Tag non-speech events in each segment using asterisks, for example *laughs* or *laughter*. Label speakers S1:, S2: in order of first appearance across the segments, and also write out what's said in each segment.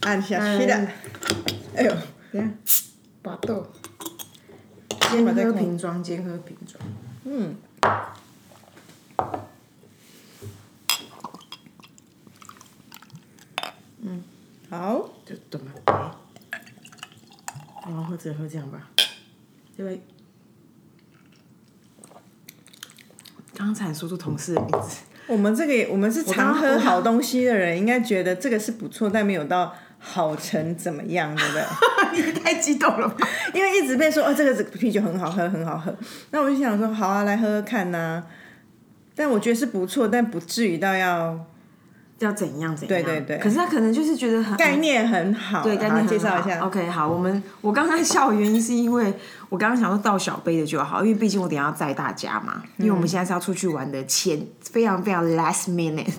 S1: 按下去
S2: 嗯
S1: 了。哎呦，
S2: 等一下，把豆，
S1: 把
S2: 先
S1: 这
S2: 喝
S1: 空
S2: 瓶装，先喝瓶装。
S1: 嗯，好，
S2: 就这么杯，然后或者喝这样吧，因为刚才说出同事的名字， *laughs*
S1: 我们这个也我们是常喝好东西的人，应该觉得这个是不错，但没有到好成怎么样，
S2: *laughs*
S1: 对不对？
S2: 你也太激动了吧？
S1: 因为一直被说哦，这个啤酒很好喝，很好喝。那我就想说，好啊，来喝喝看呐、但我觉得是不错，但不至于到要
S2: 要怎样怎样？
S1: 对对对
S2: 可是他可能就是觉得很
S1: 概念很好。
S2: 对，概念
S1: 好
S2: 很好哦
S1: 介绍一下。
S2: OK，好，我们我刚刚笑的原因是因为我刚刚想说倒小杯的就好，因为毕竟我等一下要载大家嘛，因为
S1: 嗯
S2: 我们现在是要出去玩的前非常非常 last minute，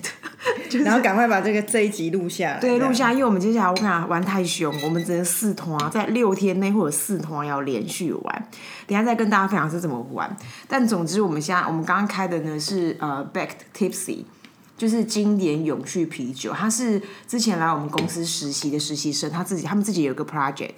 S1: 然后赶快把这个这一集录下来。
S2: 对，
S1: 这样
S2: 录。下，因为我们接下来我跟你讲玩太凶，我们只能四通啊，在六天内或者四通要连续玩。等一下再跟大家分享是怎么玩。但总之，我们现在我们刚刚开的呢是呃 Back Tipsy，就是经典永续啤酒，他是之前来我们公司实习的实习生，他自己他们自己有一个 project，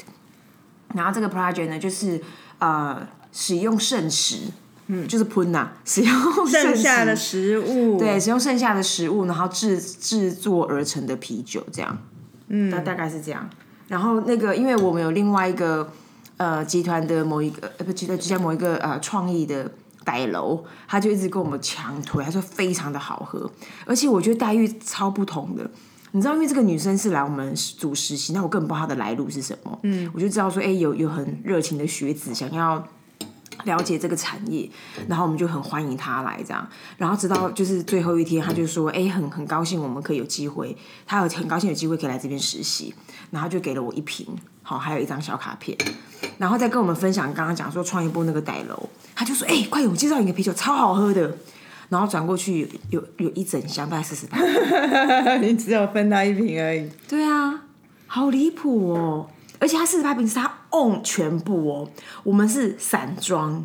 S2: 然后这个 project 呢就是呃使用剩食。嗯，就是喷呐、使用
S1: 剩下
S2: 食
S1: 的食物，
S2: 对，使用剩下的食物，然后制制作而成的啤酒，这样，嗯，大大概是这样。然后那个，因为我们有另外一个呃集团的某一个呃不集团之间某一个呃创意的歹楼，他就一直跟我们强推，他说非常的好喝，而且我觉得待遇超不同的。你知道，因为这个女生是来我们组实习，那我根本不知道她的来路是什么。嗯，我就知道说，哎、有有很热情的学子想要了解这个产业，然后我们就很欢迎他来这样。然后直到就是最后一天，他就说：“哎，很很高兴我们可以有机会，他有很高兴有机会可以来这边实习。”然后就给了我一瓶，好，还有一张小卡片，然后再跟我们分享刚刚讲说创业部那个歹楼，他就说：“哎，快点，我介绍你个啤酒，超好喝的。”然后转过去有有一整箱，大概四十八。
S1: *laughs* 你只有分他一瓶而已。
S2: 对啊，好离谱哦！而且他四十八瓶是他 own 全部哦，我们是散装。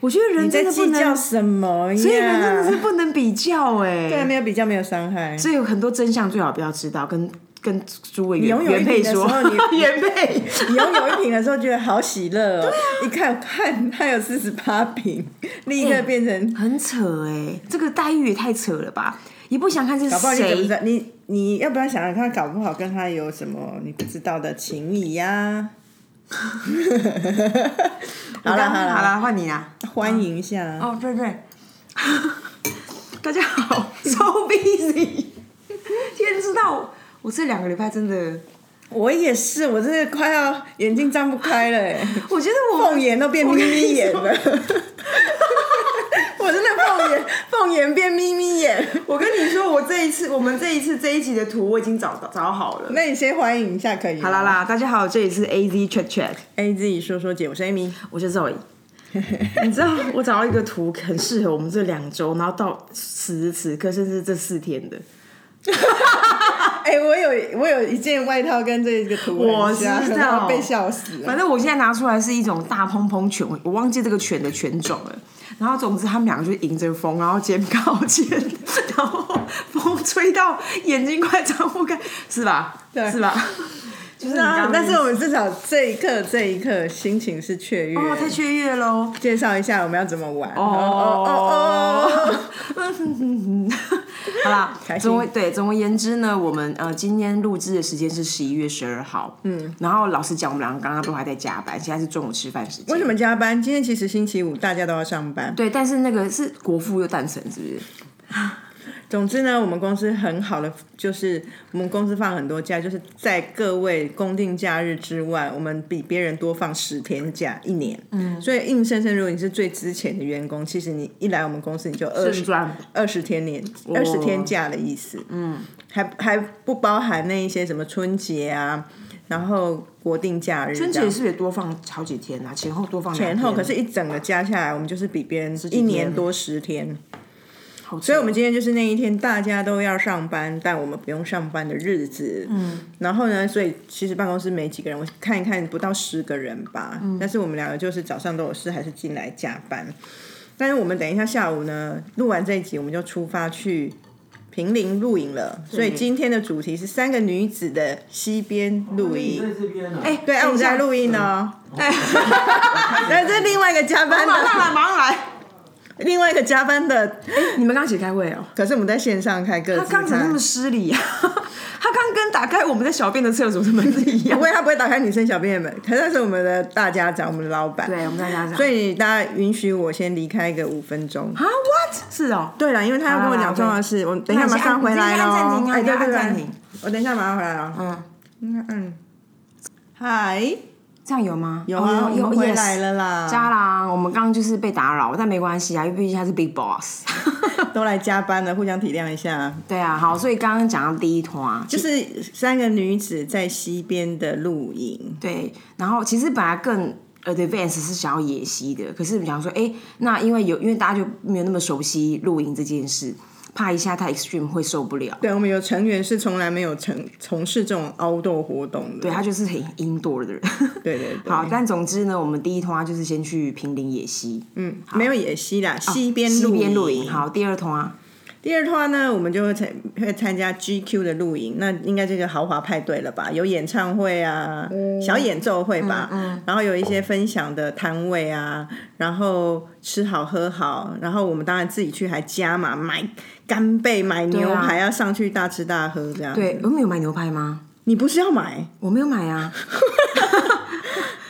S2: 我觉得人
S1: 你
S2: 真
S1: 在
S2: 的不
S1: 计较
S2: 能，
S1: 什么呀？
S2: 所以人真的是不能比较哎。
S1: 对，啊没有比较，没有伤害。
S2: 所以有很多真相最好不要知道，跟跟诸位原
S1: 拥有一
S2: 原配
S1: 瓶的时
S2: 说
S1: 候，你
S2: 原配
S1: *laughs*
S2: 啊
S1: 你拥有一瓶的时候觉得好喜乐哦，一看看它有四十八瓶，立
S2: 嗯
S1: 刻变成，
S2: *laughs* 很扯哎、这个待遇也太扯了吧！也不想看是
S1: 搞不好你怎么知
S2: 谁，
S1: 道？你你要不要想想看，搞不好跟他有什么你不知道的情谊
S2: *laughs*
S1: 呀？好了
S2: 我
S1: 好
S2: 刚
S1: 了
S2: 好，了，换你啦！
S1: 欢迎一下，
S2: 哦，瑞瑞， *laughs* 大家好，so busy，天知道我这两个礼拜真的，
S1: 我也是，我真的快要眼睛张不开了哎。
S2: 我觉得我
S1: 凤眼都变眯眯眼了。 *laughs* 我真的凤眼，凤眼变眯眯眼。
S2: 我跟你说，我这一次我们这一次这一集的图我已经找找好了。
S1: 那你先欢迎一下可以吗？
S2: 好啦啦，大家好，这里是 A Z Chat Chat。
S1: ，A 自己说说姐，我是 Amy。
S2: 我是 Zoe。你知道我找到一个图很适合我们这两周，然后到此时此刻，甚至这四天的，
S1: 哎、我有我有一件外套跟这个图
S2: 我
S1: 很像，
S2: 知道
S1: 然后被笑死了。
S2: 反正我现在拿出来是一种大蓬蓬犬，我忘记这个犬的犬种了。然后总之他们两个就迎着风，然后肩靠肩，然后风吹到眼睛快张不开，是吧？
S1: 对
S2: 是吧？ *laughs* 就是你
S1: 啊
S2: 刚刚
S1: 但是我们至少这一刻这一刻心情是雀跃。
S2: 哦，太雀跃喽。
S1: 介绍一下我们要怎么玩。哦
S2: 哦 *laughs* 好啦
S1: 开，心
S2: 总而对，总而言之呢，我们呃今天录制的时间是十一月十二号，嗯，然后老实讲，我们两个刚刚都还在加班，现在是中午吃饭时间。
S1: 为什么加班？今天其实星期五，大家都要上班。
S2: 对，但是那个是国父又诞辰，是不是？
S1: 总之呢，我们公司很好的就是我们公司放很多假，就是在各位公定假日之外，我们比别人多放十天假一年。嗯，所以硬生生，如果你是最之前的员工，其实你一来我们公司你就二十
S2: 赚
S1: 二十天年二十天假的意思。嗯，还还不包含那一些什么春节啊，然后国定假日这
S2: 春
S1: 样。
S2: 节是不是也多放好几天啊？前后多放前
S1: 然后可是一整个加下来，我们就是比别人
S2: 几
S1: 一
S2: 天
S1: 年多十天。
S2: 所以
S1: 我们今天就是那一天，大家都要上班，但我们不用上班的日子。嗯，然后呢，所以其实办公室没几个人，我看一看不到十个人吧。嗯，但是我们两个就是早上都有事，还是进来加班。但是我们等一下下午呢，录完这一集，我们就出发去平林露营了，所以今天的主题是三个女子的溪边露营。
S3: 在这边呢。
S2: 哎，
S1: 对，哎、我们在录音哦。哎， *laughs*
S2: 哎
S1: 那这是另外一个加班
S2: 马上
S1: 的，
S2: 来，马上啊来。
S1: 另外一个加班的，
S2: 你们刚起开会哦？
S1: 可是我们在线上开各
S2: 他
S1: 自
S2: 刚才那
S1: 开
S2: 么。失礼啊！他刚跟打开我们在小便的厕所的门是一样
S1: 不。会，他不会打开女生小便门，可是他是我们的大家长，我们的老板。
S2: 对，我们大家讲。
S1: 所以大家允许我先离开个五分钟。
S2: 啊，what？是哦，
S1: 对了，因为他要跟我
S2: 好啦
S1: 讲重要的事，我等一下马上回来喽
S2: 你。先按
S1: 哎，
S2: 你先
S1: 对
S2: 按
S1: 对
S2: 暂
S1: 对
S2: 停，
S1: 我等一下马上回来了。
S2: 嗯，
S1: 嗯嗯，嗨，
S2: 这样有吗？
S1: 有啊，
S2: 哦有
S1: 我们回来。
S2: yes
S1: 了啦，
S2: 加啦，我们刚刚就是被打扰，但没关系啊，因为毕竟他是 Big Boss。
S1: *laughs* 都来加班了，互相体谅一下。
S2: 对啊，好，所以刚刚讲到第一团，啊就
S1: 就是三个女子在溪边的露营，
S2: 对，然后其实本来更 advance 是想要野溪的，可是我们想说，哎，那因为有因为大家就没有那么熟悉露营这件事，怕一下太 extreme 会受不了。
S1: 对我们有成员是从来没有从从事这种 outdoor 活动的，
S2: 对他就是很 indoor 的人。
S1: *laughs* 对对对，
S2: 好，但总之呢，我们第一团啊就是先去平林野溪，嗯，
S1: 没有野溪啦，溪边
S2: 溪
S1: 露
S2: 哦边露营。好，第二团啊
S1: 第二的话呢，我们就会参会参加 GQ 的露营，那应该这个豪华派对了吧？有演唱会啊，
S2: 嗯
S1: 小演奏会吧，然后有一些分享的摊位啊，然后吃好喝好，然后我们当然自己去还加嘛，买干贝、买牛排，要上去大吃大喝这样。
S2: 对，我们有买牛排吗？
S1: 你不是要
S2: *laughs*
S1: 买？ *laughs*
S2: 我没有买啊，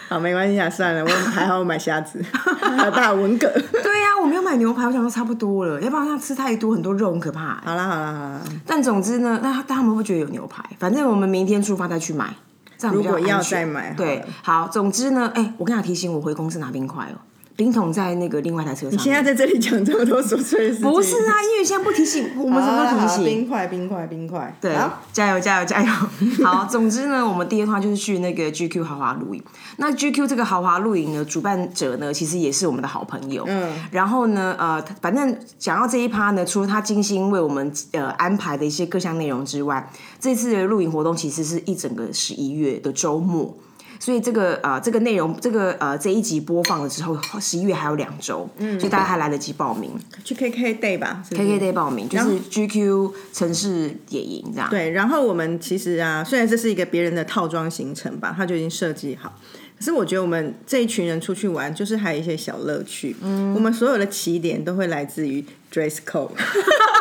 S1: 好，没关系啊，算了，我还好我买虾子，还有大
S2: *laughs*
S1: 文蛤。
S2: 对啊呀、我没有买牛排，我想说差不多了，要不然像吃太多，很多肉很可怕、
S1: 好啦好啦好啦，
S2: 但总之呢，那他他们会觉得有牛排，反正我们明天出发再去买，这样比
S1: 如
S2: 较
S1: 果要
S2: 安全
S1: 再买好
S2: 对
S1: 了，
S2: 好，总之呢，哎、我跟他提醒我回公司拿冰块哦，冰桶在那个另外一台车上面。
S1: 现在在这里讲这么多琐碎的事情，
S2: 不是啊，因为现在不提醒，我们什
S1: 好
S2: 么
S1: 啦，
S2: 时
S1: 好
S2: 候
S1: 啦
S2: 提醒？
S1: 啊冰块冰块冰块，
S2: 对
S1: 好，
S2: 加油加油加油！ *laughs* 好，总之呢，我们第一趟就是去那个 GQ 豪华露营。那 GQ 这个豪华露营呢，主办者呢其实也是我们的好朋友。嗯，然后呢，呃，反正讲到这一趴呢，除了他精心为我们呃安排的一些各项内容之外，这次的露营活动其实是一整个十一月的周末。所以这个呃这个内容这个呃这一集播放了之后，十一月还有两周，嗯，所以大家还来得及报名
S1: 去 KK Day 吧是不是
S2: ，KK Day 报名，就是 GQ 城市野营这样。
S1: 对，然后我们其实啊，虽然这是一个别人的套装行程吧，他就已经设计好。可是我觉得我们这一群人出去玩，就是还有一些小乐趣。嗯，我们所有的起点都会来自于 dress
S2: *laughs*
S1: code， *laughs*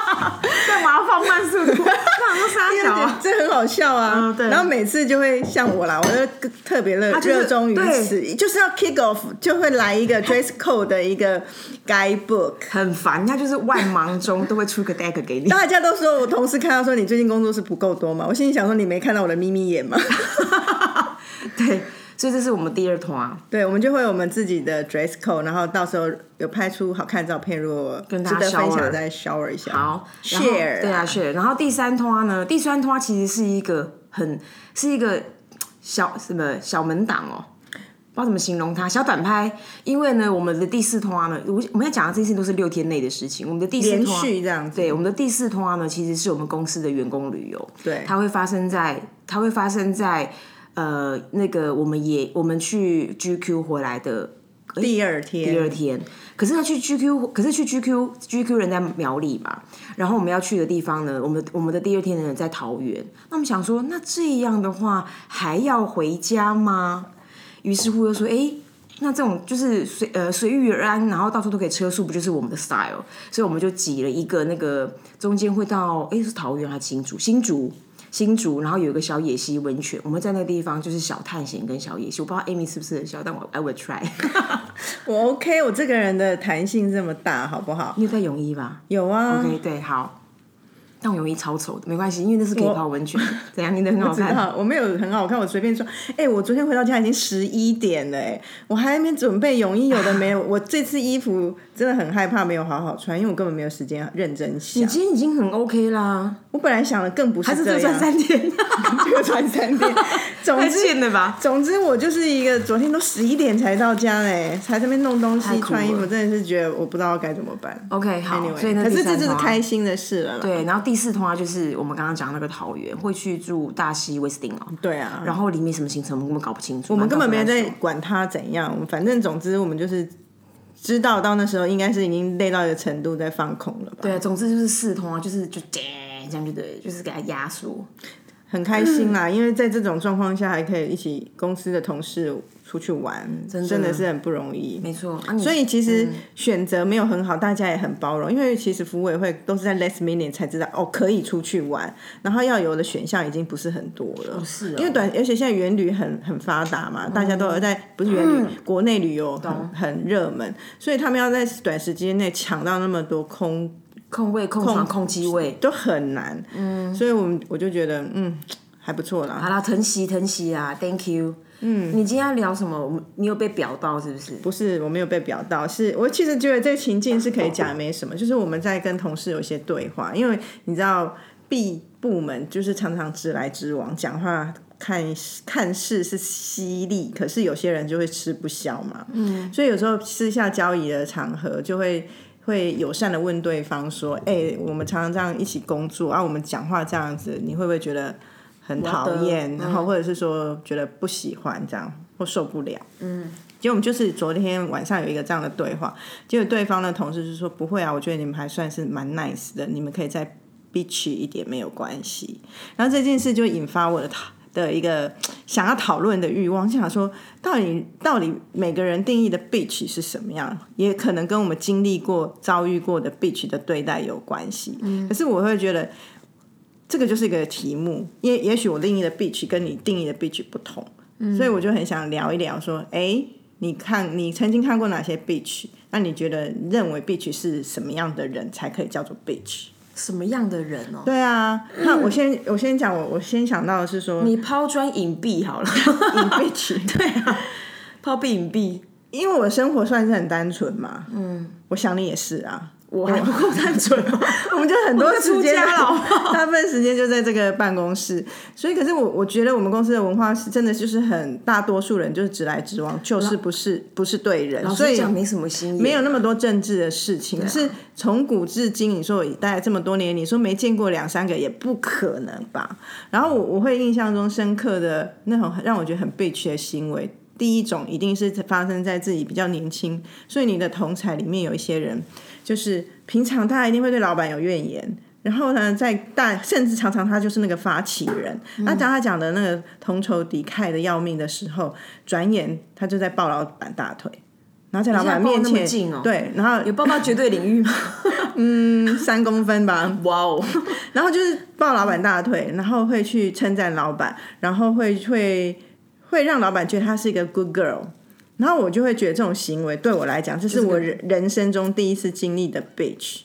S2: 干嘛放慢速度？那我傻小啊！
S1: 这很好笑啊。
S2: 嗯对
S1: 然后每次就会像我啦，我就特别热、
S2: 他就是
S1: 热衷于此，就是要 kick off 就会来一个 dress code 的一个 guidebook。
S2: 很烦，他就是万忙中都会出个 deck 给 *laughs* 你。
S1: *laughs* 大家都说我同事看到说你最近工作是不够多嘛，我心里想说你没看到我的眯眯眼吗？
S2: 对，所以这是我们第二啊团，
S1: *laughs* 对，我们就会有我们自己的 dress code，然后到时候有拍出好看的照片，如果值
S2: 跟大家
S1: 得分
S2: shower
S1: 享再 shower 一下。
S2: 好然后
S1: ，share
S2: 对啊 share。然后第三团呢？第三团其实是一个很是一个小什么小门档哦。不知道怎么形容它，小短拍。因为呢，我们的第四团呢，我我们要讲的这些都是六天内的事情。我们的第四啊
S1: 连
S2: 团
S1: 续这样子。
S2: 对，我们的第四通话啊呢，其实是我们公司的员工旅游，
S1: 对
S2: 它会发生在它会发生在呃那个我们也我们去 GQ 回来的
S1: 第二天，
S2: 第二天，可是他去 GQ，可是去 GQ GQ 人在苗栗嘛，然后我们要去的地方呢，我们我们的第二天呢在桃园，那我们想说，那这样的话还要回家吗？于是乎又说，诶，那这种就是随呃随遇而安，然后到处都可以车速，不就是我们的 style？所以我们就挤了一个那个中间会到诶是桃园还是新竹？新竹。新竹，然后有一个小野溪温泉，我们在那个地方就是小探险跟小野溪。我不知道 Amy 是不是很小，但我 I will try。 *laughs*
S1: 我 OK，我这个人的弹性这么大，好不好？
S2: 你有带泳衣吧
S1: 有啊
S2: ？OK，对，好。但我泳衣超丑的，没关系，因为那是可以泡温泉的。 *laughs* 怎样？你的很好
S1: 知
S2: 看。
S1: 道我没有很好看，我随便说。哎、我昨天回到家已经十一点了、哎，我还没准备泳衣，有的没有。我这次衣服真的很害怕没有好好穿，因为我根本没有时间认真
S2: 你
S1: 想。
S2: 今天已经很 OK 啦，
S1: 我本来想的更不
S2: 还
S1: 是
S2: 是
S1: 这
S2: 就
S1: 样
S2: 算，三 *laughs* 天，
S1: 就穿三
S2: *laughs*
S1: 天。总
S2: 太
S1: 之，
S2: 欠了吧？
S1: 总之，我就是一个昨天都十一点才到家嘞，才这边弄东
S2: 太
S1: 西、
S2: 苦了
S1: 穿衣服，真的是觉得我不知道该怎么办。
S2: OK，好
S1: Anyway，
S2: 所以那
S1: 可
S2: 第
S1: 是
S2: 三
S1: 这就是
S2: 团
S1: 开心的事了啦。
S2: 对，然后第四通话就是我们刚刚讲那个桃园，会去住大溪威斯汀哦，
S1: 对啊，
S2: 然后里面什么行程我们根本搞不清楚，
S1: 我们根本没有
S2: 有
S1: 在管它怎样，我们反正总之我们就是知道到那时候应该是已经累到一个程度在放空了吧。
S2: 对，总之就是四通啊，就是就这样就对了，就是给它压缩。
S1: 很开
S2: 嗯
S1: 心啦，因为在这种状况下还可以一起公司的同事出去玩，真
S2: 的
S1: 的是很不容易。
S2: 没错，啊、你
S1: 所以其实选择没有很好，大家也很包容，因为其实服委会都是在 last minute 才知道哦可以出去玩，然后要有的选项已经不是很多了。
S2: 是哦嗯
S1: 因为短，而且现在远旅很很发达嘛，大家都有在不是远旅，国内旅游很很热门，所以他们要在短时间内抢到那么多空
S2: 空位、空床、空机位，
S1: 都很难。嗯，所以我们我就觉得嗯还不错啦。
S2: 啊好啦，疼惜疼惜啊，Thank you。嗯，你今天要聊什么？我们你有被表到是不是？
S1: 不是我没有被表到，是我其实觉得这个情境是可以讲，没什么，就是我们在跟同事有一些对话，因为你知道 B 部门就是常常直来直往，讲话看看似是犀利，可是有些人就会吃不消嘛，嗯，所以有时候私下交易的场合就会。会友善的问对方说：“哎、我们常常这样一起工作啊，我们讲话这样子，你会不会觉得很讨厌？然后或者是说觉得不喜欢这样，或受不了？”结果我们就是昨天晚上有一个这样的对话，结果对方的同事就说：“不会啊，我觉得你们还算是蛮 nice 的，你们可以再 bitch 一点没有关系。”然后这件事就引发我的讨的一个想要讨论的欲望，就想说到底到底每个人定义的 bitch 是什么样，也可能跟我们经历过、遭遇过的 bitch 的对待有关系。可是我会觉得。这个就是一个题目，也也许我定义的 bitch 跟你定义的 bitch 不同，所以我就很想聊一聊说，哎，你看你曾经看过哪些 bitch？那你觉得认为 bitch 是什么样的人才可以叫做 bitch？
S2: 什么样的人哦、
S1: 对啊，那我先我先讲我我先想到的是说
S2: 你抛砖引壁好了，
S1: bitch，
S2: *laughs* 对啊，抛壁引壁，
S1: 因为我的生活算是很单纯嘛，嗯，我想你也是啊。
S2: 我还不够单纯哦吗？
S1: 我们就很多时间
S2: 我们就出家了好
S1: *laughs*
S2: 不，
S1: 大部分时间就在这个办公室。所以，可是我我觉得我们公司的文化是真的就是很大多数人就是直来直往，就是不是不是对人，
S2: 老
S1: 所
S2: 实
S1: 以
S2: 讲没什么新意，
S1: 没有那么多政治的事情，是从古至今，你说我待了这么多年，你说没见过两三个也不可能吧？然后我我会印象中深刻的那种让我觉得很被屈的行为，第一种一定是发生在自己比较年轻，所以你的同才里面有一些人，就是平常他一定会对老板有怨言。然后呢，在大甚至常常他就是那个发起人。
S2: 嗯
S1: 那当他讲的那个同仇敌忾的要命的时候，转眼他就在抱老板大腿，然后在老板面
S2: 你现在抱那么
S1: 前
S2: 近哦
S1: 对，然后
S2: 有抱到绝对领域吗？
S1: 三公分吧，
S2: 哇哦，
S1: 然后就是抱老板大腿，然后会去称赞老板，然后会会会让老板觉得她是一个 good girl，然后我就会觉得这种行为对我来讲，这是我人人生中第一次经历的 bitch。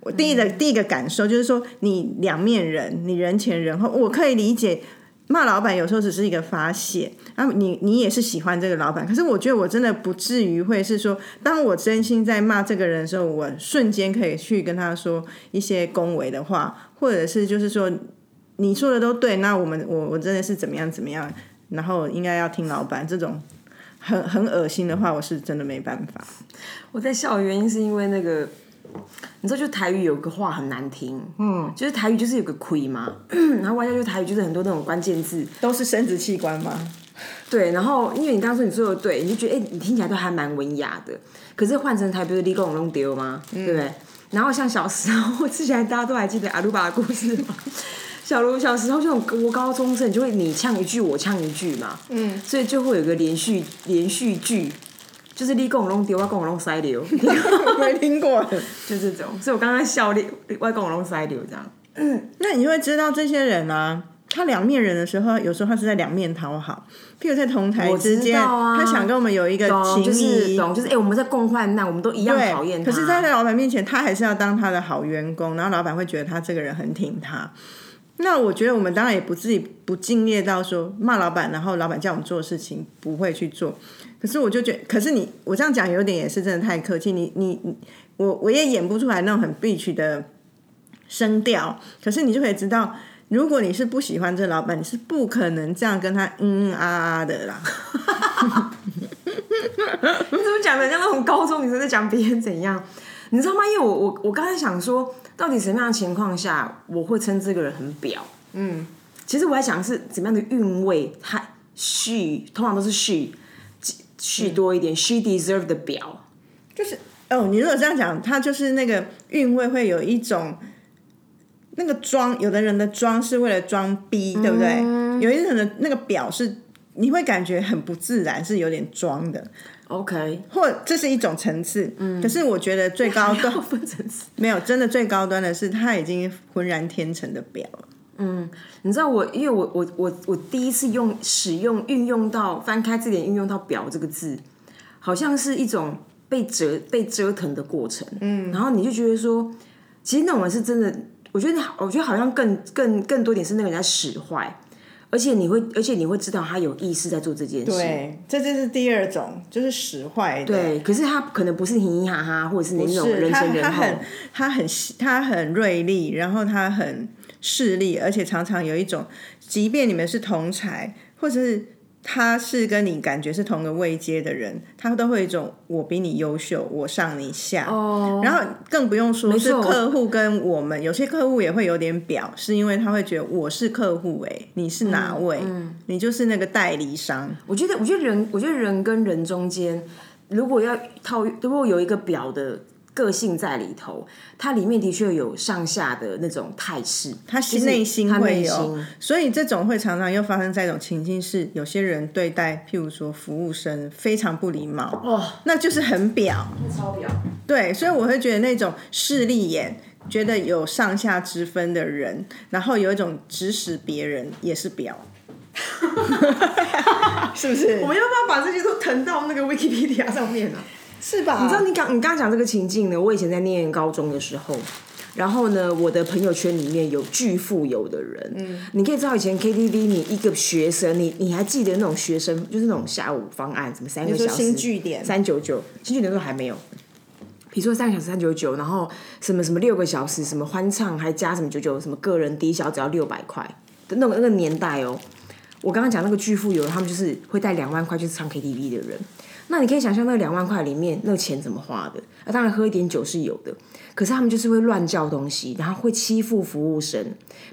S1: 我第一的、第一个感受就是说，你两面人，你人前人后，我可以理解。骂老板有时候只是一个发泄，然后你你也是喜欢这个老板，可是我觉得我真的不至于会是说，当我真心在骂这个人的时候，我瞬间可以去跟他说一些恭维的话，或者是就是说你说的都对，那我们我我真的是怎么样怎么样，然后应该要听老板这种很很恶心的话，我是真的没办法。
S2: 我在笑的原因是因为那个，你知道，就台语有个话很难听，嗯，就是台语就是有个亏嘛， *coughs* 然后外加就台语就是很多那种关键字，
S1: 都是生殖器官吗？
S2: 对，然后因为你刚刚说你说的对，你就觉得哎、你听起来都还蛮文雅的，可是换成台不是立功弄丢吗？对不对？然后像小时候， *laughs* 之前大家都还记得阿鲁巴的故事嘛。小卢小时候这种国高中生，你就会你呛一句我呛一句嘛，
S1: *laughs*
S2: 嗯，所以就会有个连续连续剧，就是你跟我弄丢，我跟我弄塞流， *laughs*
S1: 没听过。
S2: 就这种。所以我刚刚笑你外公龙塞流这样。
S1: 那你就会知道这些人啊，他两面人的时候，有时候他是在两面讨好。譬如在同台
S2: 我知
S1: 之间，
S2: 道啊
S1: 他想跟我们有一个情
S2: 懂，
S1: 谊，
S2: 就是懂，就是哎、我们在共患难，我们都一样
S1: 对，
S2: 讨厌他。
S1: 可是他在老板面前，他还是要当他的好员工，然后老板会觉得他这个人很挺他。那我觉得我们当然也不至于不敬业到说骂老板，然后老板叫我们做的事情不会去做。可是我就觉得，可是你我这样讲有点也是真的太客气，你你你，我我也演不出来那种很 bitch 的声调。可是你就可以知道，如果你是不喜欢这老板，你是不可能这样跟他嗯嗯啊啊的啦。
S2: 你怎么讲的像那种高中女生在讲别人怎样？你知道吗？因为我我我刚才想说，到底什么样的情况下我会称这个人很婊？嗯，其实我在想是怎么样的韵味，他 she 通常都是 she she 多一点、s h e deserve 的婊。
S1: 就是哦，你如果这样讲，他就是那个韵味会有一种那个装，有的人的装是为了装逼，对不对？有一些人的那个表是，你会感觉很不自然，是有点装的，
S2: *laughs* OK，
S1: 或这是一种层次。嗯，可是我觉得最高端
S2: 要分层次。
S1: 没有，真的最高端的是他已经浑然天成的表了。
S2: 你知道我，因为我我我我第一次用使用运用到翻开字典运用到“表”这个字，好像是一种被折被折腾的过程。嗯，然后你就觉得说，其实那种人是真的，我觉得我觉得好像更更更多点是那个人在使坏，而且你会而且你会知道他有意识在做这件事。
S1: 对，这就是第二种，就是使坏的。
S2: 对，可是他可能不是嘻嘻哈哈，或者是你那种
S1: 是
S2: 人
S1: 他
S2: 前人
S1: 他
S2: 后
S1: 很。他很细他很锐利，然后他很势利，而且常常有一种，即便你们是同才，或者是他是跟你感觉是同个位阶的人，他都会有一种我比你优秀，我上你下。哦。然后更不用说是
S2: 错
S1: 客户跟我们，有些客户也会有点表，是因为他会觉得我是客户、欸，你是哪
S2: 嗯
S1: 位？你就是那个代理商。
S2: 我觉得，我觉得人，我觉得人跟人中间，如果要套，如果有一个表的个性在里头，它里面的确有上下的那种态势，
S1: 他
S2: 就是
S1: 内心
S2: 他
S1: 会
S2: 内
S1: 有
S2: 心，
S1: 所以这种会常常又发生在一种情境是，有些人对待譬如说服务生非常不礼貌，
S2: 哦，
S1: 那就是很表。
S2: 超表，
S1: 对，所以我会觉得那种势利眼，觉得有上下之分的人，然后有一种指使别人也是
S2: *laughs*
S1: 表，是不是
S2: 我？们要不要把这些都腾到那个 Wikipedia 上面啊？
S1: 是吧？你
S2: 你知道你刚你刚刚讲这个情境呢，我以前在念高中的时候。然后呢，我的朋友圈里面有巨富有的人，嗯，你可以知道以前 KTV，你一个学生，你你还记得那种学生，就是那种下午方案，什么三个
S1: 说
S2: 小时，
S1: 新据点
S2: 三九九，新据点都还没有。比如说三个小时三九九，然后什么什么六个小时，什么欢唱还加什么九九，什么个人低消只要六百块的那种那个年代哦。我刚刚讲那个巨富有人，他们就是会带两万块去唱 KTV 的人。那你可以想象那两万块里面那个钱怎么花的？啊，当然喝一点酒是有的，可是他们就是会乱叫东西，然后会欺负服务生，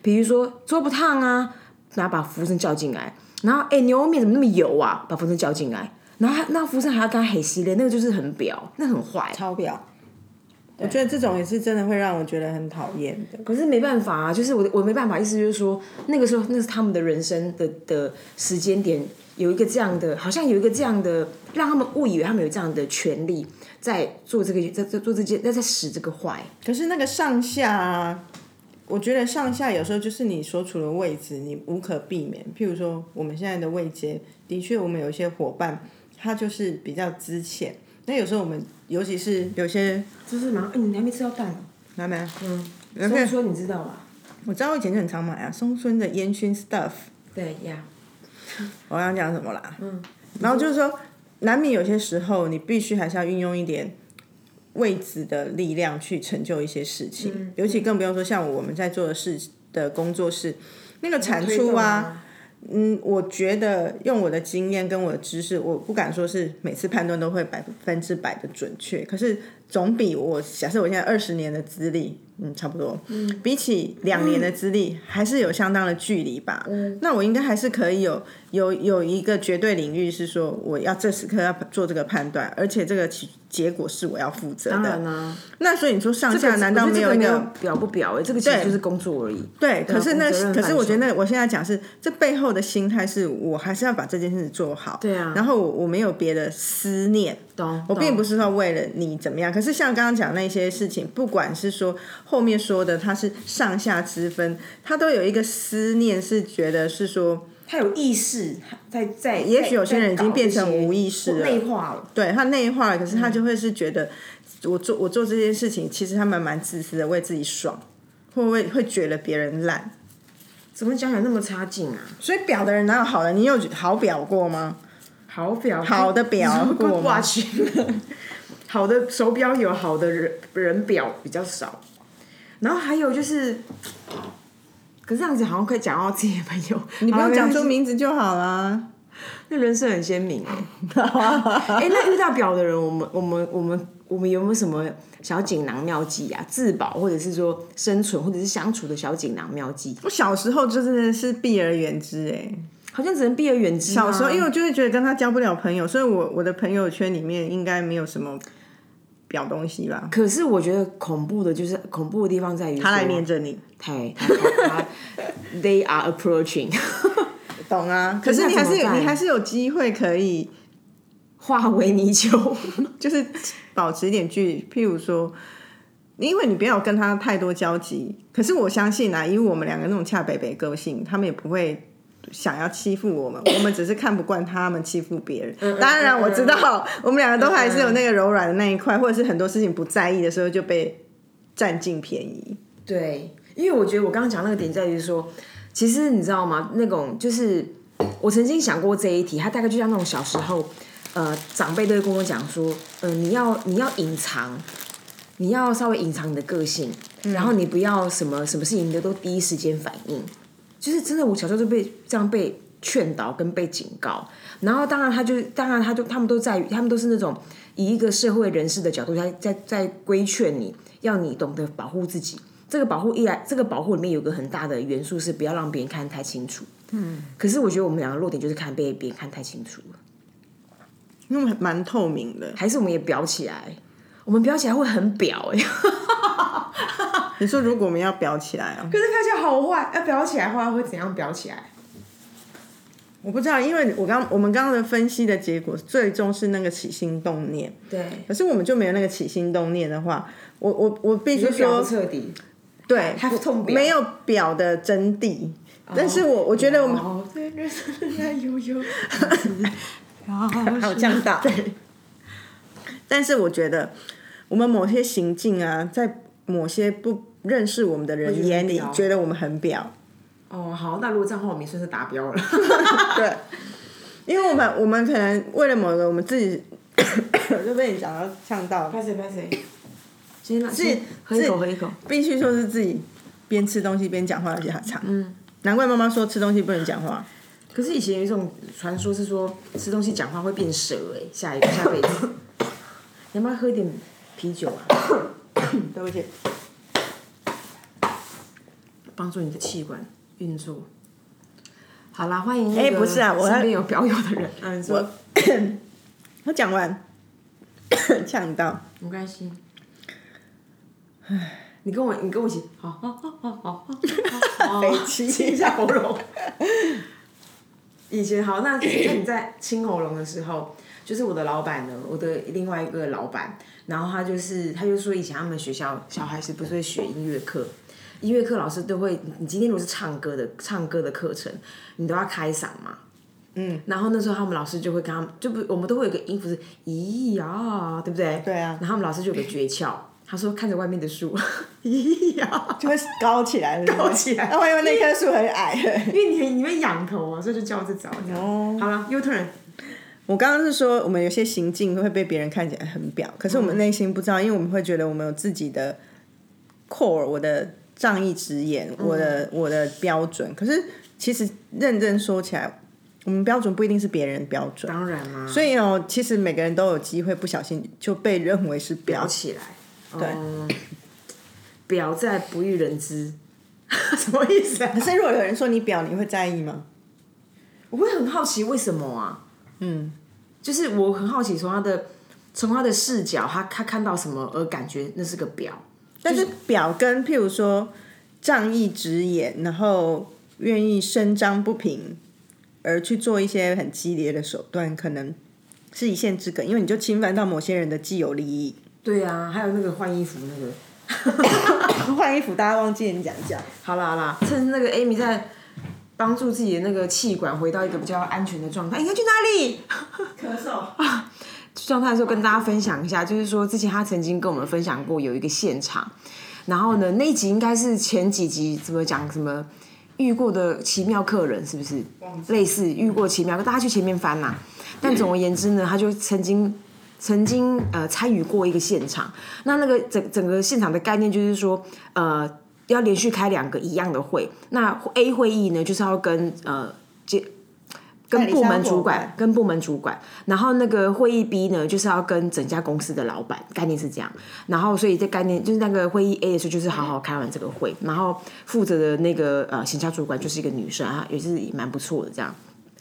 S2: 比如说桌不烫啊，然后把服务生叫进来，然后哎、诶牛肉面怎么那么油啊，把服务生叫进来，然后他那服务生还要跟他黑犀的，那个就是很表，那很坏。
S1: 超表，我觉得这种也是真的会让我觉得很讨厌的。
S2: 可是没办法啊，就是我的我没办法，意思就是说，那个时候那是他们的人生的的时间点，有一个这样的，好像有一个这样的，让他们误以为他们有这样的权利，在做这个，在在做这件，在在使这个坏。
S1: 可是那个上下啊，我觉得上下有时候就是你所处的位置，你无可避免。譬如说，我们现在的位阶，的确我们有一些伙伴，他就是比较资浅。那有时候我们，尤其是有些
S2: 就是嘛，嗯，你还没吃到蛋呢、
S1: 来没？嗯，
S2: 啊？所以说你知道吗？
S1: 我知道我以前就很常买啊，松村的烟熏 stuff。
S2: 对呀，
S1: 我刚刚讲什么啦？嗯，然后就是说，难免有些时候你必须还是要运用一点位置的力量去成就一些事情，尤其更不用说像我们在做的事的工作室，那个产
S2: 推
S1: 出
S2: 动
S1: 啊，
S2: 啊，
S1: 嗯，我觉得用我的经验跟我的知识，我不敢说是每次判断都会百分之百的准确，可是总比我假设我现在二十年的资历，嗯，差不多，嗯，比起两年的资历，还是有相当的距离吧。嗯，那我应该还是可以有有有一个绝对领域是说，我要这时刻要做这个判断，而且这个其结果是我要负责
S2: 当然
S1: 的。
S2: 啦、
S1: 那所以你说上下难道
S2: 我觉
S1: 没
S2: 得这
S1: 有
S2: 个
S1: 一
S2: 没
S1: 个
S2: 有表不表、欸？这个其实就是工作而已。
S1: 对，可是那
S2: 负责啊任
S1: 可是
S2: 范
S1: 我觉
S2: 畴
S1: 得那我现在讲是这背后的心态是我还是要把这件事做好，
S2: 对啊
S1: 然后我我没有别的思念，
S2: 懂？
S1: 我并
S2: 懂
S1: 不是说为了你怎么样，可是像刚刚讲那些事情，不管是说后面说的它是上下之分，它都有一个思念，是觉得是说
S2: 他有意识，在在，
S1: 也许有些人已经
S2: 在搞
S1: 变
S2: 这
S1: 成
S2: 些
S1: 无意识
S2: 或
S1: 了
S2: 内化嗯了。
S1: 对他内化了，可是他就会是觉得、我做我做这件事情，其实他们蛮自私的，为自己爽，或会会觉得别人烂，
S2: 怎么讲讲那么差劲啊？
S1: 所以表的人哪有好的？你有好表过吗？
S2: 好表，
S1: 好的表
S2: Good
S1: 过吗
S2: watch，好 *laughs* 的手表有，好的人人表比较少。然后还有就是，可是这样子好像可以讲到自己的朋友，
S1: *laughs* 你不
S2: 好
S1: 用
S2: 啦
S1: 讲
S2: 没关系
S1: 出名字就好啦。
S2: 那人设很鲜明
S1: *laughs*
S2: 哎、哎、那遇到表的人，我们我们我们我们有没有什么小锦囊妙计啊？自保或者是说生存或者是相处的小锦囊妙计，
S1: 我小时候就真的是避而远之哎、
S2: 好像只能避而远之吗。啊
S1: 啊小时候因为我就会觉得跟他交不了朋友，所以我我的朋友圈里面应该没有什么表东西啦。
S2: 可是我觉得恐怖的就是恐怖的地方在于
S1: 他来
S2: 说
S1: 黏着你，
S2: 嘿他他他，they are approaching， *laughs*
S1: 懂啊？可
S2: 可是
S1: 是你
S2: 那
S1: 还是
S2: 怎么
S1: 有，
S2: 办
S1: 你还是有机会可以，
S2: 化为泥鳅。
S1: 就是保持一点距离。譬如说，因为你不要跟他太多交集。可是我相信啊，以我们两个那种恰北北个性，他们也不会想要欺负我们，我们只是看不惯他们欺负别人。当然，我知道我们两个都还是有那个柔软的那一块，或者是很多事情不在意的时候就被占尽便宜。
S2: 对，因为我觉得我刚刚讲那个点在于说，其实你知道吗？那种就是我曾经想过这一题，它大概就像那种小时候，呃，长辈都会跟我讲说，呃，你要你要隐藏，你要稍微隐藏你的个性，然后你不要什么什么事情的都第一时间反应。就是真的，我小时候就被这样被劝导跟被警告。然后当然他就，当然他就，他们都在于，他们都是那种以一个社会人士的角度在在在规劝你，要你懂得保护自己。这个保护一来，这个保护里面有个很大的元素是不要让别人看得太清楚。嗯，可是我觉得我们两个弱点就是看被别人看太清楚了，
S1: 因为蛮透明的，
S2: 还是我们也表起来，我们表起来会很表哎、
S1: 你说如果我们要表起来啊，
S2: *laughs* 可是表起来好坏，要表起来的话会怎样表起来？
S1: 我不知道，因为我刚我们刚刚的分析的结果，最终是那个起心动念。
S2: 对，
S1: 可是我们就没有那个起心动念的话，我我我必须
S2: 就表不
S1: 说，
S2: 彻底。
S1: 对，
S2: 还不痛
S1: 我
S2: 表
S1: 没有表的真谛。但是我我觉得我们
S2: 哦，对，认识人家悠 *laughs* 悠，
S1: *laughs* 还有降到，对。但是我觉得我们某些行径啊，在某些不认识我们的人眼里
S2: 会觉得很，表
S1: 觉得我们很
S2: *laughs*
S1: 表，
S2: 哦，好，那如果这样的话，我们也算是达标了。
S1: 对，因为我们我们可能为了某个我们自己 *coughs* 就被你讲到呛到，
S2: *laughs* 拍谁拍谁？先让
S1: 自
S2: 喝一口，
S1: 自
S2: 喝一口。
S1: 必须说是自己边吃东西边讲话，而且还长。嗯，难怪妈妈说吃东西不能讲话。
S2: 可是以前有一种传说是说，吃东西讲话会变蛇哎、下一个下辈
S1: *laughs*
S2: 子。你要不要喝一点啤酒啊，
S1: 对不起，
S2: 帮助你的气管运作？好啦，欢迎那
S1: 哎
S2: 个
S1: 不是啊我
S2: 身
S1: 还
S2: 边有表友的人，嗯，你说
S1: 我我讲完 *coughs* 呛到。
S2: 没关系。你跟我，你跟我一起，好好好好好好好，
S1: 北齐
S2: 清一哦下喉咙。以前好，那那你在清喉咙的时候，就是我的老板呢，我的另外一个老板，然后他就是他就说，以前他们学校小孩是不是会学音乐课？音乐课老师都会，你今天如果是唱歌的唱歌的课程，你都要开嗓嘛。嗯，然后那时候他们老师就会跟他们，就不我们都会有个音符是咿呀，对不对？
S1: 对啊
S2: 然后他们老师就有个诀窍，他说看着外面的树，咿呀， *laughs*
S1: 就会高起来，对不对
S2: 高起来
S1: 那我以为那棵树很矮。 *laughs*
S2: 因为你你会仰头啊，所以就叫这招。哦，好了，U turn，
S1: 我刚刚是说，我们有些行径会被别人看起来很表，可是我们内心不知道，因为我们会觉得我们有自己的 core，我的仗义直言，
S2: 嗯
S1: 我的我的标准。可是其实认真说起来，我们标准不一定是别人标准。
S2: 当然啦、
S1: 所以哦，其实每个人都有机会不小心就被认为是
S2: 表
S1: 表，
S2: 起来。对，表在不欲人知， *laughs* 什么意思啊
S1: 可？是如果有人说你表，你会在意吗？
S2: 我会很好奇为什么啊？嗯，就是我很好奇从他的从他的视角，他他看到什么而感觉那是个表。
S1: 但是表跟譬如说仗义直言，然后愿意声张不平，而去做一些很激烈的手段，可能是一线之隔，因为你就侵犯到某些人的既有利益。 *coughs*
S2: 对啊，还有那个换衣服那个。 *laughs*
S1: 换衣服，大家忘记你讲讲。
S2: 好啦好啦，趁那个 Amy 在帮助自己的那个气管回到一个比较安全的状态，应该去哪里？
S1: 咳嗽。
S2: 状态的时候跟大家分享一下，就是说之前他曾经跟我们分享过有一个现场，然后呢那一集应该是前几集怎么讲什么遇过的奇妙客人是不是？类似遇过奇妙客，大家去前面翻啦、但总而言之呢，他就曾经曾经呃参与过一个现场，那那个整整个现场的概念就是说呃。要连续开两个一样的会，那 A 会议呢，就是要跟呃接跟部门
S1: 代理
S2: 主
S1: 商伙
S2: 管
S1: 伴，
S2: 跟部门主管，然后那个会议 B 呢，就是要跟整家公司的老板，概念是这样。然后所以这概念就是那个会议 A 的时候，就是好好开完这个会，然后负责的那个呃行销主管就是一个女生啊，也是蛮不错的这样。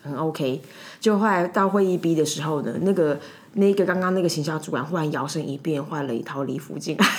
S2: 很 OK。就后来到会议 B 的时候呢，那个那个刚刚那个行销主管忽然摇身一变，换了一套礼服进来。 *laughs*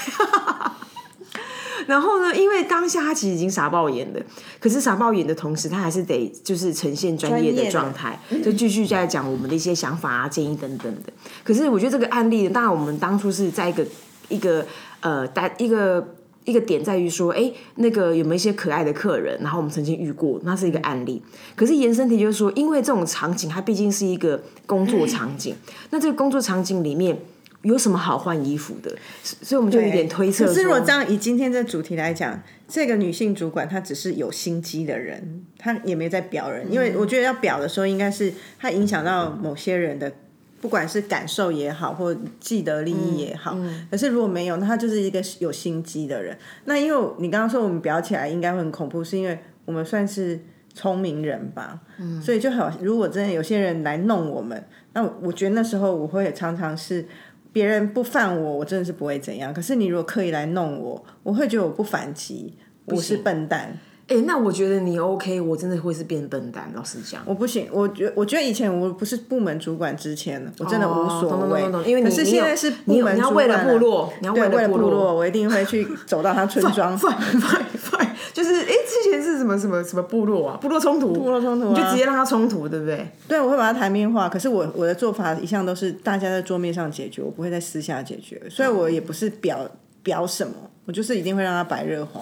S2: 然后呢，因为当下他其实已经傻爆眼了，可是傻爆眼的同时，他还是得就是呈现专业的嗯状态，就继续在讲我们的一些想法啊、建议等等的。可是我觉得这个案例呢，当然我们当初是在一个一个呃单一个。一个点在于说，哎，那个有没有一些可爱的客人？然后我们曾经遇过，那是一个案例。可是延伸题就是说，因为这种场景它毕竟是一个工作场景，那这个工作场景里面有什么好换衣服的？所所以我们就有点推测
S1: 可
S2: 说，
S1: 是如果这样以今天这主题来讲，这个女性主管她只是有心机的人，她也没有在表人，因
S2: 嗯
S1: 为我觉得要表的时候，应该是她影响到某些人的。不管是感受也好，或既得利益也好，
S2: 嗯
S1: 可是如果没有，那她就是一个有心机的人。那因为你刚刚说我们表起来应该会很恐怖，是因为我们算是聪明人吧，
S2: 嗯
S1: 所以就好。如果真的有些人来弄我们，那我我觉得那时候我会常常是别人不犯我，我真的是不会怎样。可是你如果刻意来弄我，我会觉得我不反击，我是笨蛋，
S2: 哎，那我觉得你 OK，我真的会是变笨蛋。老实讲，
S1: 我不行。我觉我觉得以前我不是部门主管之前，我真的无
S2: 哦懂
S1: 所
S2: 懂
S1: 谓
S2: 懂懂，因为你
S1: 可是
S2: 你
S1: 现
S2: 有
S1: 在是
S2: 你
S1: 部
S2: 有
S1: 门
S2: 你要
S1: 主
S2: 为
S1: 管
S2: 了部落
S1: 啊，
S2: 你要
S1: 对为
S2: 了
S1: 了
S2: 部
S1: 部落，我一定会去走到他村
S2: *laughs*
S1: 庄。
S2: 反反反，就是哎，之前是什么什么什么部落啊？部落冲突，部
S1: 落冲突啊
S2: 你就直接让他冲突，对不对？
S1: *laughs* 对，我会把它台面化。可是我我的做法一向都是大家在桌面上解决，我不会在私下解决，所以我也不是表表什么，我就是一定会让它白热化。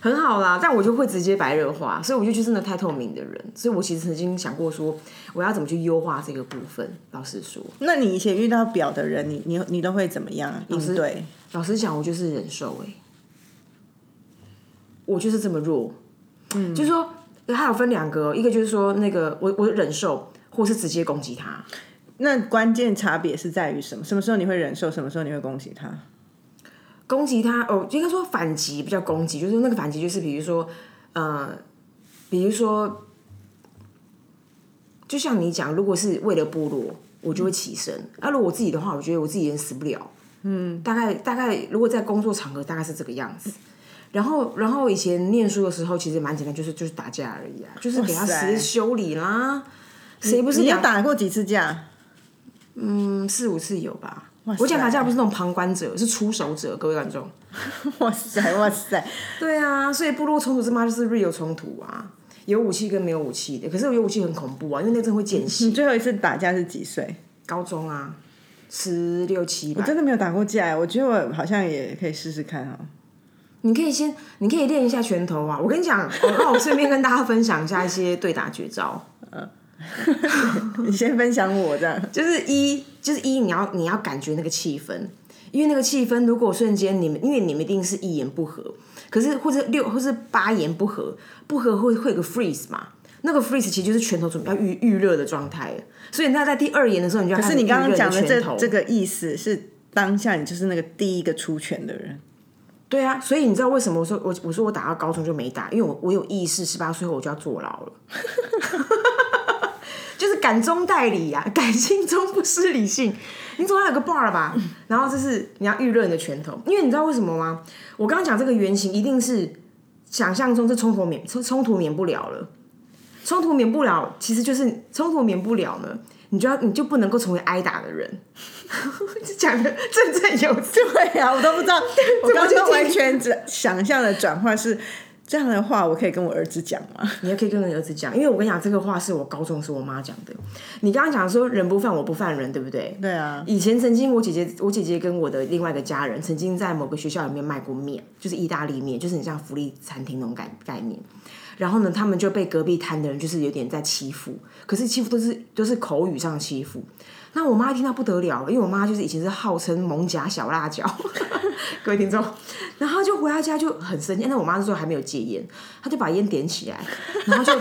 S2: 很好啦，但我就会直接白热化，所以我就就是那太透明的人，所以我其实曾经想过说，我要怎么去优化这个部分。老实说，
S1: 那你以前遇到表的人，你你你都会怎么样应对？
S2: 老实讲，我就是忍受哎、我就是这么弱，嗯，就是说还有分两个哦，一个就是说那个我我忍受，或是直接攻击他，
S1: 那关键差别是在于什么？什么时候你会忍受？什么时候你会恭喜他？
S2: 攻击他哦，应该说反击比较攻击，就是那个反击就是比如说，呃，比如说，就像你讲，如果是为了部落，
S1: 嗯
S2: 我就会起身；那、如果我自己的话，我觉得我自己也死不了。嗯，大概大概，如果在工作场合，大概是这个样子。然后，然后以前念书的时候，其实蛮简单，就是就是打架而已啊，就是给他
S1: 哇塞
S2: 实修理啦。谁不是
S1: 你有
S2: 两
S1: 打过几次 *laughs* 架？
S2: 嗯四五次有吧？我讲打架不是那种旁观者，是出手者，各位观众。
S1: 哇塞哇塞！
S2: 对啊，所以部落冲突之妈就是 real 冲突啊，有武器跟没有武器的。可是有武器很恐怖啊，因为那真的会见
S1: 你
S2: 血。
S1: 最后一次打架是几岁？
S2: 高中啊，十六七吧。
S1: 真的没有打过架，欸我觉得我好像也可以试试看哦哈。
S2: 你可以先，你可以练一下拳头啊。我跟你讲，哦那我顺便跟大家分享一下一些对打绝招，
S1: 你先分享我这样，
S2: 就是一，就是一，你要你要感觉那个气氛。因为那个气氛，如果瞬间你们，因为你们一定是一言不合，可是或者六或是八言不合，不合会会有个 freeze 嘛，那个 freeze 其实就是拳头准备要预预热的状态了，所以那在第二言的时候，你就可
S1: 可是你刚刚讲的这这
S2: 个
S1: 个意思是当下你就是那个第一个出拳的人，
S2: 对啊，所以你知道为什么我说我我说我打到高中就没打，因为我我有意识，十八岁后我就要坐牢了。 *laughs* 就是感中带理呀、啊，感性中不失理性。你总要有个 bar 吧？然后就是你要预热你的拳头，因为你知道为什么吗？我刚刚讲这个原型一定是想象中这冲突免冲冲突免不了了，冲突免不了，其实就是冲突免不了呢，你就要你就不能够成为挨打的人。 *laughs* 讲的振振有词，
S1: *laughs* 对啊呀、我都不知道，我
S2: 这
S1: 刚
S2: 我就
S1: 刚
S2: 听
S1: 完全只想象的转换是这样的话，我可以跟我儿子讲吗？
S2: 你也可以跟你儿子讲，因为我跟你讲，这个话是我高中时我妈讲的。你刚刚讲说人不犯我不犯人，对不对？
S1: 对啊，
S2: 以前曾经我姐姐，我姐姐跟我的另外一个家人，曾经在某个学校里面卖过面，就是意大利面，就是很像福利餐厅那种概概念。然后呢，他们就被隔壁摊的人就是有点在欺负，可是欺负都是都是口语上的欺负。那我妈一听到不得了了，因为我妈就是以前是号称蒙甲小辣椒， *laughs* 各位听众，然后她就回到家就很生气。那我妈那时候还没有戒烟，她就把烟点起来，然后就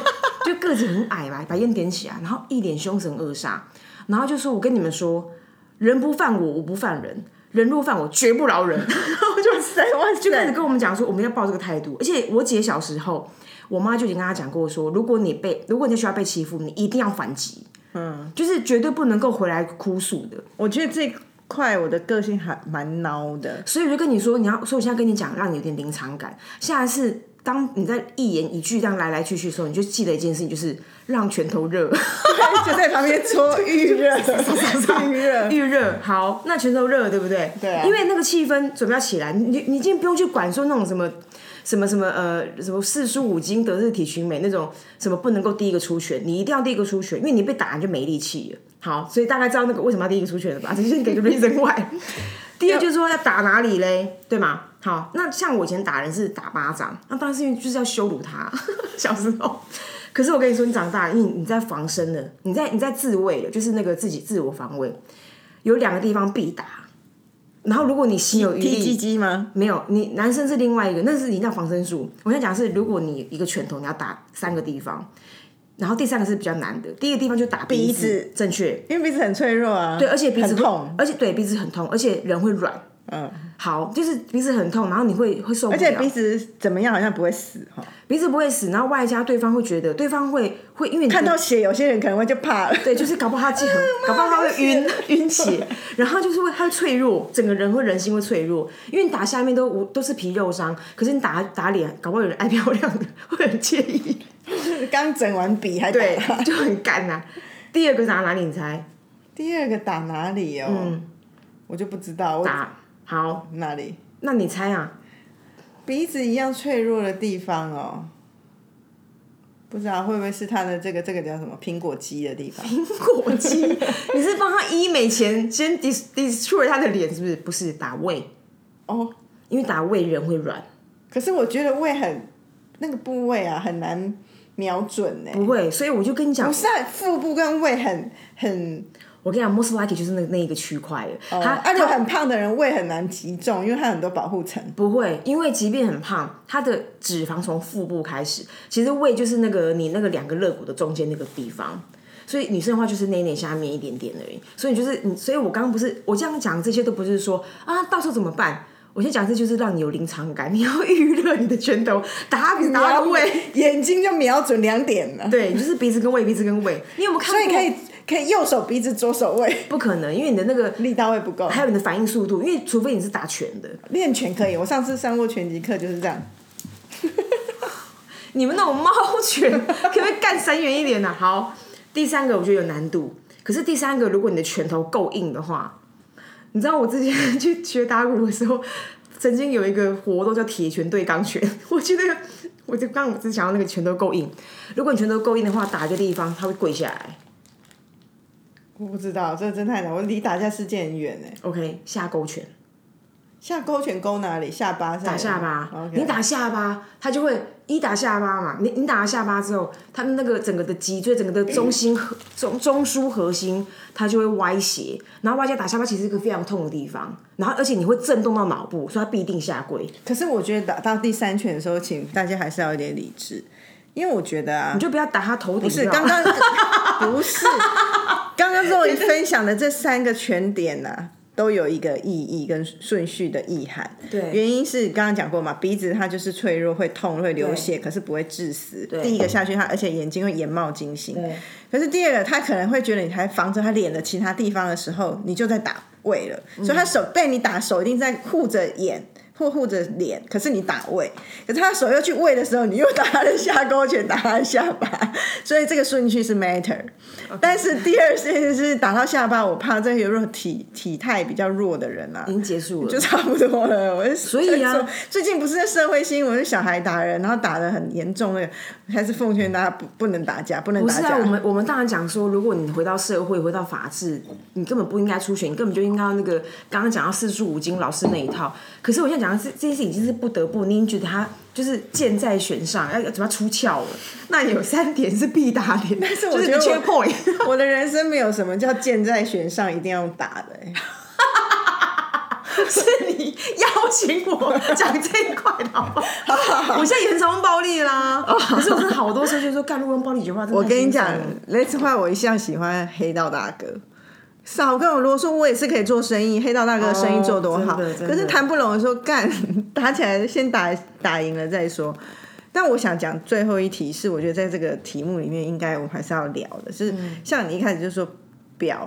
S2: 就个子很矮嘛，把烟点起来，然后一脸凶神恶煞，然后就说：“我跟你们说，人不犯我，我不犯人；人若犯我，绝不饶人。”然后就
S1: *laughs* *laughs* 哇塞哇
S2: 就开始
S1: 塞，
S2: 跟我们讲说，我们要抱这个态度。而且我姐小时候，我妈就已经跟她讲过说，如果你被，如果你在学校被欺负，你一定要反击，嗯，就是绝对不能够回来哭诉的。
S1: 我觉得这一块我的个性还蛮孬的，
S2: 所以我就跟你说，你要，所以我现在跟你讲，让你有点临场感。下一次当你在一言一句这样来来去去的时候，你就记得一件事情，就是让拳头热，
S1: 就在旁边 *laughs* 搓预热， *laughs* 预热。
S2: 预热。好，那拳头热，对不对？
S1: 对啊
S2: 因为那个气氛准备要起来，你你你已经不用去管说那种什么什么什么呃什么四书五经德智体群美那种什么不能够第一个出拳，你一定要第一个出拳，因为你被打你就没力气了。好，所以大概知道那个为什么要第一个出拳了吧？这 *laughs* 就是给个 reason
S1: *laughs*
S2: why。第二就是说要打哪里嘞，对吗？好，那像我以前打人是打巴掌，那当然是因为就是要羞辱他，小时候。 *laughs* 可是我跟你说，你长大了，因为你在防身了，你在你在自卫了，就是那个自己自我防卫，有两个地方必打。然后如果你心有余
S1: 踢鸡
S2: 力，
S1: 鸡吗？
S2: 没有你男生是另外一个，那是一定要防身术。我想讲的是，如果你一个拳头你要打三个地方，然后第三个是比较难的，第一个地方就打鼻
S1: 鼻子
S2: 正确。
S1: 因为鼻子很脆弱啊。
S2: 对，而且鼻子
S1: 很
S2: 会
S1: 痛。，
S2: 而且对鼻子很痛，而且人会软。
S1: 嗯，
S2: 好，就是鼻子很痛，然后你会会受不
S1: 而
S2: 了，
S1: 且鼻子怎么样，好像不会死哈。
S2: 鼻子不会死，然后外加对方会觉得对方会会因为你
S1: 看到血，有些人可能会就怕了。
S2: 对，就是搞不好他记很，搞不好他会晕晕血，然后就是会他会脆弱，整个人会人心会脆弱，因为你打下面都无都是皮肉伤，可是你打打脸，搞不好有人爱漂亮的会很介意，
S1: 刚整完笔还打。
S2: 对，就很干呐、第二个打哪里？你猜
S1: 第二个打哪里哦？我就不知道。我
S2: 打好，
S1: 哪里？
S2: 那你猜啊？
S1: 鼻子一样脆弱的地方哦。不知道会不会是他的这个这个叫什么苹果肌的地 *laughs* 方？
S2: 果肌，你是帮他医美前先 dis destroy 他的脸是不是？不是打胃，
S1: 哦，
S2: 因为打胃人会软，
S1: 可是我觉得胃很那个部位啊很难瞄准呢、欸
S2: 不会，所以我就跟你讲
S1: 不，是、啊、腹部跟胃很很
S2: 我跟你讲，most likely 就是那那一个区块了，
S1: 哦，
S2: 他
S1: 而且很胖的人胃很难集中，因为它很多保护层。
S2: 不会，因为即便很胖，它的脂肪从腹部开始，其实胃就是那个你那个两个肋骨的中间那个地方。所以女生的话就是内内下面一点点而已，所以你就是你，所以我刚刚不是我这样讲这些都不是说啊，到时候怎么办？我先讲这就是让你有临场感，你要预热你的拳头打比打到胃，
S1: 眼睛就瞄准两点了，
S2: 对，你就是鼻子跟胃，鼻子跟胃。你有没有看
S1: 所
S2: 过？
S1: 以可以可以右手鼻子左手
S2: *laughs*
S1: 胃，
S2: 不可能，因为你的那个
S1: 力道会不够。
S2: 还有你的反应速度，因为除非你是打拳的，
S1: 练拳可以，我上次上过拳击课就是这样。
S2: 你们那种猫拳 *laughs* 可不可以干三元一点呢、好，第三个我觉得有难度，可是第三个如果你的拳头够硬的话，你知道我之前去学打鼓的时候，曾经有一个活动叫铁拳对钢拳， *laughs* 我觉得我就刚我只想要那个拳头够硬，如果你拳头够硬的话，打一个地方它会跪下来。
S1: 我不知道，这真太难，我离打架世界很远哎。
S2: OK，下勾拳。
S1: 下勾拳勾哪里？下巴上？
S2: 打下巴
S1: o k
S2: 你打下巴，他就会一打下巴嘛，你你打了下巴之后，他那个整个的脊椎、整个的
S1: *coughs*
S2: 中心核中中枢核心，它就会歪斜，然后外加打下巴其实是一个非常痛的地方，然后而且你会震动到脑部，所以它必定下跪，
S1: 可是我觉得打到第三拳的时候，请大家还是要有点理智，因为我觉得啊
S2: 你，就不要打他头顶。不
S1: 是刚刚 *laughs* 不是刚刚若仪分享的这三个拳点呐、都有一个意义跟顺序的意涵。
S2: 对
S1: 原因是刚刚讲过嘛，鼻子它就是脆弱，会痛，会流血，可是不会致死。第一个下去它，而且眼睛会眼冒金星。可是第二个，他可能会觉得你还防着他脸的其他地方的时候，你就在打胃了，所以他手被你打手一定在护着眼。或护着脸，可是你打胃，可是他手又去胃的时候，你又打他的下勾拳，打他的下巴，所以这个顺序是 matter。但是第二件事是打到下巴，我怕这些弱体体态比较弱的人啊
S2: 已，经结束了，
S1: 就差不多了。我就所
S2: 嗯以啊，
S1: 最近不是在社会新闻，是小孩打人，然后打的很严重的，还是奉劝大家不不能打架，不能
S2: 不
S1: 打
S2: 是
S1: 架。
S2: 啊，我们我们当然讲说，如果你回到社会，回到法治，你根本不应该出血，你根本就应该要那个刚刚讲到四书五经老师那一套。可是我现在讲的是这件事情已经是不得不，你已经觉得他就是箭在弦上，要要怎么要出鞘了？那有三点是必打脸，但
S1: 是我
S2: 就是
S1: 觉得
S2: 缺
S1: 我
S2: point。
S1: 我的人生没有什么叫箭在弦上，一定要打的、
S2: *laughs*
S1: 欸。
S2: 是你邀请我讲这一块的好不
S1: *laughs*
S2: 好？我现在也很少用暴力啦，可是我真的好多时候就说，干如果用暴力的话，真的
S1: 我
S2: 太
S1: 跟你
S2: 心酸
S1: 讲
S2: 了
S1: 雷子话我一向喜欢黑道大哥。少跟我啰嗦，我也是可以做生意。黑道大哥的生意做多好，
S2: 哦真的真的
S1: 可是谈不拢的时候干打起来，先打打赢了再说。但我想讲最后一题是，我觉得在这个题目里面，应该我们还是要聊的，是
S2: 嗯
S1: 像你一开始就说婊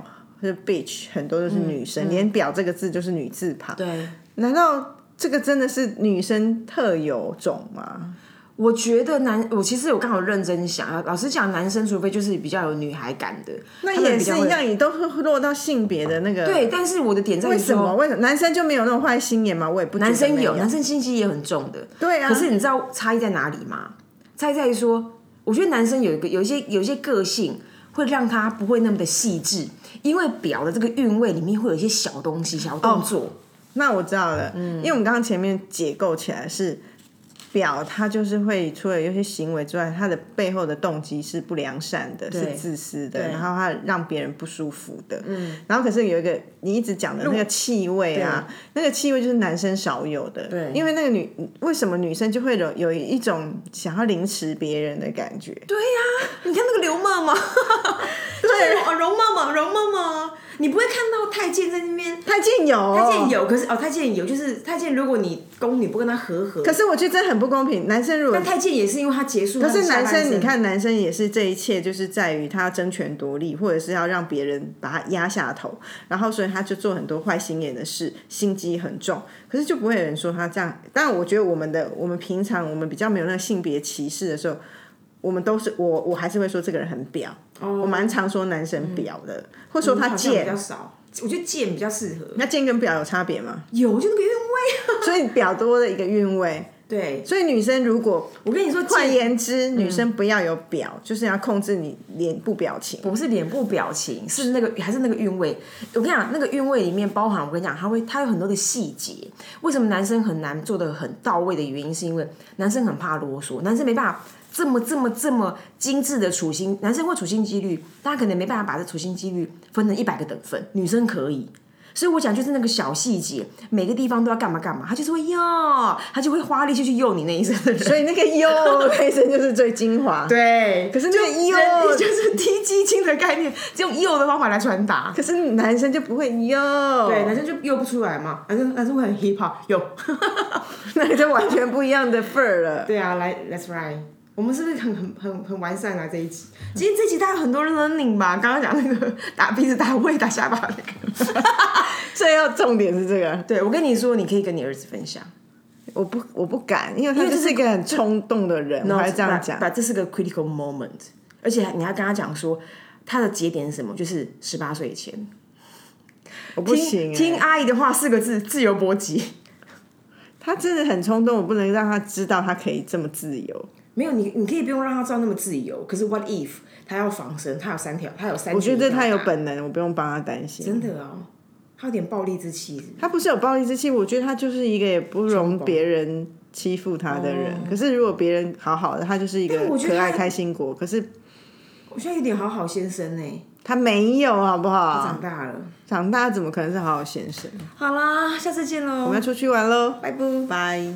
S1: 或者 bitch，很多都是女生，连婊这个字就是女字旁。
S2: 嗯对。
S1: 难道这个真的是女生特有种吗？
S2: 我觉得男，我其实我刚好认真想，老实讲，男生除非就是比较有女孩感的，
S1: 那
S2: 他们
S1: 也
S2: 比较
S1: 是
S2: 会
S1: 一样，你都会落到性别的那个。
S2: 对，但是我的点在于
S1: 为什么？
S2: 说，
S1: 为什么男生就没有那种坏心眼吗？我也不觉得
S2: 男生
S1: 没有
S2: 有，，男生心机也很重的。
S1: 对啊。
S2: 可是你知道差异在哪里吗？差异在于说，我觉得男生有一个有一些有一些个性会让他不会那么的细致，因为表的这个韵味里面会有一些小东西、小动作。
S1: 哦那我知道了，
S2: 嗯
S1: 因为我们刚刚前面解构起来是表，它就是会除了有些行为之外，它的背后的动机是不良善的，是自私的，然后它让别人不舒服的。嗯，然后可是有一个你一直讲的那个气味啊，那个气味就是男生少有的。对因为那个女为什么女生就会有有一种想要凌迟别人的感觉？对，
S2: 你看那个
S1: *laughs*
S2: 刘妈妈，就是容哦容妈妈，容妈妈，你不会看到太监在那边。
S1: 太监有，
S2: 太监。有，可是哦，太监有就是太监，如果你宫女不跟他和和，
S1: 可是我觉得这很不公平，男生如果
S2: 但太监也是因为他结束他
S1: 可
S2: 的
S1: 是
S2: 下半身，
S1: 男生，你看男生也是这一切，就是在于他要争权夺利，或者是要让别人把他压下头，然后所以他就做很多坏心眼的事，心机很重。可是就不会有人说他这样。但我觉得我们的我们平常我们比较没有那个性别歧视的时候，我们都是我我还是会说这个人很婊，
S2: 哦
S1: 我蛮常说男生婊的，或说他
S2: 嗯好像比
S1: 贱
S2: 较。少，我觉得剑比较适合。
S1: 那贱跟婊有差别吗？ *laughs*
S2: 有就那个韵味啊。
S1: 所以婊多的一个韵味。
S2: 对，
S1: 所以女生如果
S2: 我跟你说，
S1: 换
S2: 剑
S1: 言之，女生不要有婊，就是要控制你脸部表情。
S2: 不是脸部表情，是那个还是那个韵味。我跟你讲，那个韵味里面包含我跟你讲，它会它有很多的细节。为什么男生很难做的很到位的原因，是因为男生很怕啰嗦，男生没办法这么这么这么精致的处心，男生会处心积虑，但他可能没办法把这处心积虑分成一百个等份，女生可以。所以我讲就是那个小细节，每个地方都要干嘛干嘛，他就是会哟，他就会花力气去诱你那一生的
S1: *laughs*
S2: 人。
S1: 所以那个哟那一声就是最精华。，
S2: 对，
S1: 可是那个
S2: 就
S1: 哟，
S2: 就是低基金的概念，就用诱的方法来传达。
S1: 可是男生就不会哟，
S2: 对，男，生就诱不出来嘛，男生男生会很 hip hop 有。 *laughs*
S1: 那个就完全不一样的份儿 *laughs* 了。
S2: 对啊，来，That's right。我们是不是很很很很完善啊？这一集，其实这集大家有很多 learning 吧。刚刚讲那个打鼻子、打胃、打下巴那个。
S1: 最要重点是这个，
S2: 对，我跟你说，你可以跟你儿子分享。
S1: 我不我不敢，因为他
S2: 因为
S1: 就
S2: 这
S1: 是是一个很冲动的人，我还这样讲。
S2: 但这是个 critical moment，而且你还跟他讲说，他的节点是什么？就是十八岁以前。
S1: 我不行、欸，
S2: 听听阿姨的话，四个字：自由搏击。
S1: 他真的很冲动，我不能让他知道他可以这么自由。
S2: 没有你，你可以不用让他知道那么自由。可是 what if 他要防身，他有三条，他有三。
S1: 我觉得他
S2: 他
S1: 有本能，我不用帮他担心。
S2: 真的哦，他有点暴力之气是不是
S1: 他不是有暴力之气，我觉得他就是一个也不容别人欺负他的人。可是如果别人好好的，他就是一个
S2: 哦但我觉得
S1: 可
S2: 他
S1: 爱开心果。可是
S2: 我现在有点好好先生呢，
S1: 他没有，好不好？
S2: 长大了。
S1: 长大怎么可能是好好先生？
S2: 好啦，下次见喽，
S1: 我们要出去玩喽，
S2: 拜拜。
S1: 拜。